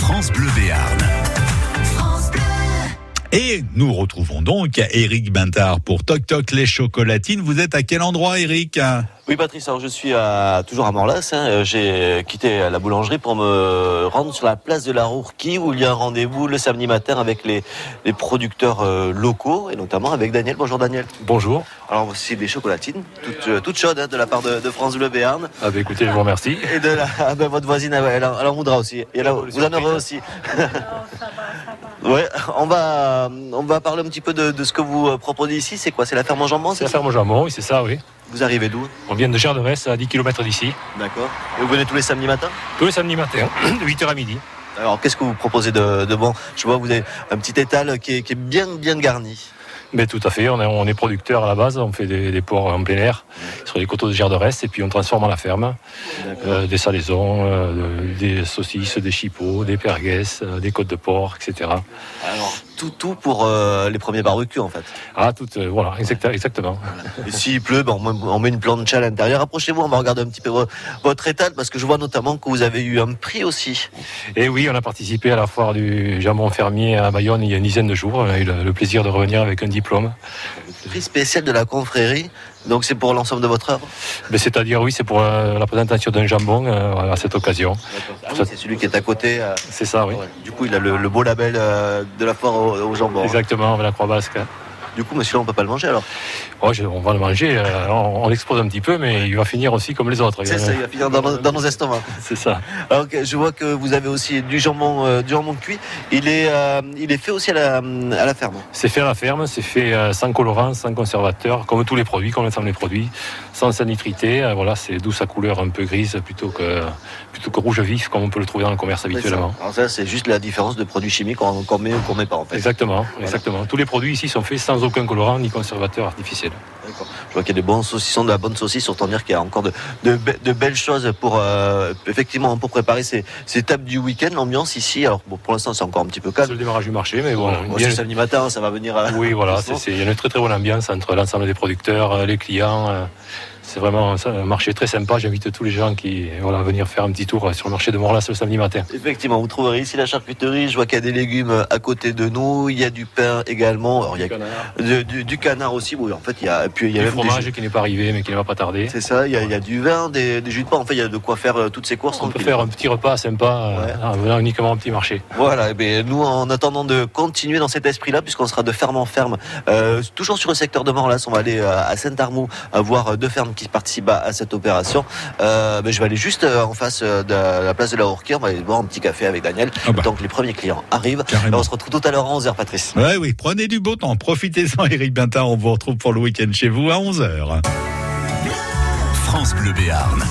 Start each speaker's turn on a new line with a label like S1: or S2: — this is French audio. S1: France Bleu Béarn. Et nous retrouvons donc Eric Bintard pour Toc Toc les chocolatines. Vous êtes à quel endroit, Eric
S2: Oui, Patrice, alors je suis à- toujours à Morlas. hein. J'ai quitté la boulangerie pour me rendre sur la place de la Rourquie où il y a un rendez-vous le samedi matin avec les, les producteurs euh, locaux et notamment avec Daniel. Bonjour Daniel.
S3: Bonjour.
S2: Alors voici des chocolatines, toutes, euh, toutes chaudes hein, de la part de, de France Bleu Béarn
S3: Ah bah écoutez, je vous remercie.
S2: et de la, ah ben, votre voisine, elle, elle en elle en voudra aussi. Et elle en- vous en aurez aussi. Ouais, on va, on va parler un petit peu de, de ce que vous euh, proposez ici. C'est quoi C'est la ferme en jambon
S3: C'est la ferme au jambon, oui, c'est ça, oui.
S2: Vous arrivez d'où
S3: On vient de Gerderès, à 10 km d'ici,
S2: D'accord. Et vous venez tous les samedis matins
S3: tous les samedis matins, de 8h à midi.
S2: Alors, qu'est-ce que vous proposez de, de bon Je vois, vous avez un petit étal qui est, qui est bien, bien garni.
S3: Mais tout à fait, on est, on est producteur à la base, on fait des, des porcs en plein air sur les coteaux de Gerderès et puis on transforme à la ferme euh, des salaisons, euh, des saucisses, des chipots, des pergues, euh, des côtes de porc, etc.
S2: Alors, tout, tout pour euh, les premiers barbecues, en fait.
S3: Ah, tout, euh, voilà, exacta- exactement.
S2: Et s'il pleut, ben, on, met- on met une plancha à l'intérieur. Approchez-vous, on va regarder un petit peu vo- votre étal, parce que je vois notamment que vous avez eu un prix aussi.
S3: Et oui, on a participé à la foire du jambon fermier à Bayonne il y a une dizaine de jours. On a eu le- le plaisir de revenir avec un diplôme.
S2: Prix spécial de la confrérie. Donc, c'est pour l'ensemble de votre œuvre.
S3: Mais C'est-à-dire, oui, c'est pour euh, la présentation d'un jambon euh, à cette occasion.
S2: Ah oui, c'est celui qui est à côté. euh,
S3: C'est ça, oui.
S2: ouais. Du coup, il a le, le beau label euh, de la foire au, au jambon.
S3: Exactement, avec la croix basque.
S2: Du coup, monsieur, on peut pas le manger alors.
S3: Oh, je- on va le manger, euh, on, on l'expose un petit peu, mais Ah, il va finir aussi comme les autres.
S2: C'est ça, il va finir dans nos- dans nos estomacs.
S3: C'est ça.
S2: Alors, que je vois que vous avez aussi du jambon, euh, du jambon cuit. Il est, euh, il est fait aussi à la, à la ferme.
S3: C'est fait à la ferme, c'est fait euh, sans colorant, sans conservateur, comme tous les produits, comme l'ensemble des produits, sans sanitrité. euh, Voilà, c'est d'où sa couleur un peu grise plutôt que, plutôt que rouge vif, comme on peut le trouver dans le commerce habituellement.
S2: Alors ça, c'est juste la différence de produits chimiques qu'on qu'on met ou qu'on met pas en fait.
S3: Exactement, exactement. Tous les produits ici sont faits sans aucun colorant ni conservateur artificiel.
S2: D'accord. Je vois qu'il y a des bons saucissons, de la bonne saucisse. Autant dire qu'il y a encore de, de, be- de belles choses pour euh, effectivement pour préparer ces, ces tables du week-end. L'ambiance ici, alors bon, pour l'instant, c'est encore un petit peu
S3: C'est le
S2: calme.
S3: démarrage du marché, mais bon,
S2: Bon,
S3: bien-
S2: c'est samedi matin, ça va venir. à-
S3: Oui, voilà,
S2: Doucement.
S3: c'est- c'est- il y a une très très bonne ambiance entre l'ensemble des producteurs, euh, les clients. euh, C'est vraiment un un marché très sympa. J'invite tous les gens qui voilà, à venir faire un petit tour euh, sur le marché de Morlas le samedi matin.
S2: Effectivement, vous trouverez ici la charcuterie. Je vois qu'il y a des légumes à côté de nous. Il y a du pain également. Alors, il y a du, du- du canard aussi. Bon, en fait, il y a, puis, il y a
S3: Le
S2: même des jus-
S3: fromage qui n'est pas arrivé, mais qui ne va pas tarder.
S2: C'est ça, il y, a- il y a du vin, des, des jus de pain, en fait, il y a de quoi faire euh, toutes ces courses.
S3: On peut
S2: tranquille.
S3: faire un petit repas sympa euh,
S2: Ouais.
S3: en venant uniquement au petit marché.
S2: Voilà, et bien, nous, en attendant de continuer dans cet esprit-là, puisqu'on sera de ferme en ferme, euh, toujours sur le secteur de Morlas, on va aller euh, à Saint-Armou euh, voir euh, deux fermes qui participent à, à cette opération. Euh, ben, je vais aller juste euh, en face euh, de la place de la Hourquier, on va aller boire un petit café avec Daniel,
S1: Ah bah.
S2: tant que les premiers clients arrivent. Et
S1: Carrément.
S2: on se retrouve tout à l'heure à 11h, Patrice.
S1: Ouais, oui, prenez du beau temps, profitez-en, Eric Bintard. On vous retrouve pour le week-end chez vous à 11h. France Bleu Béarn.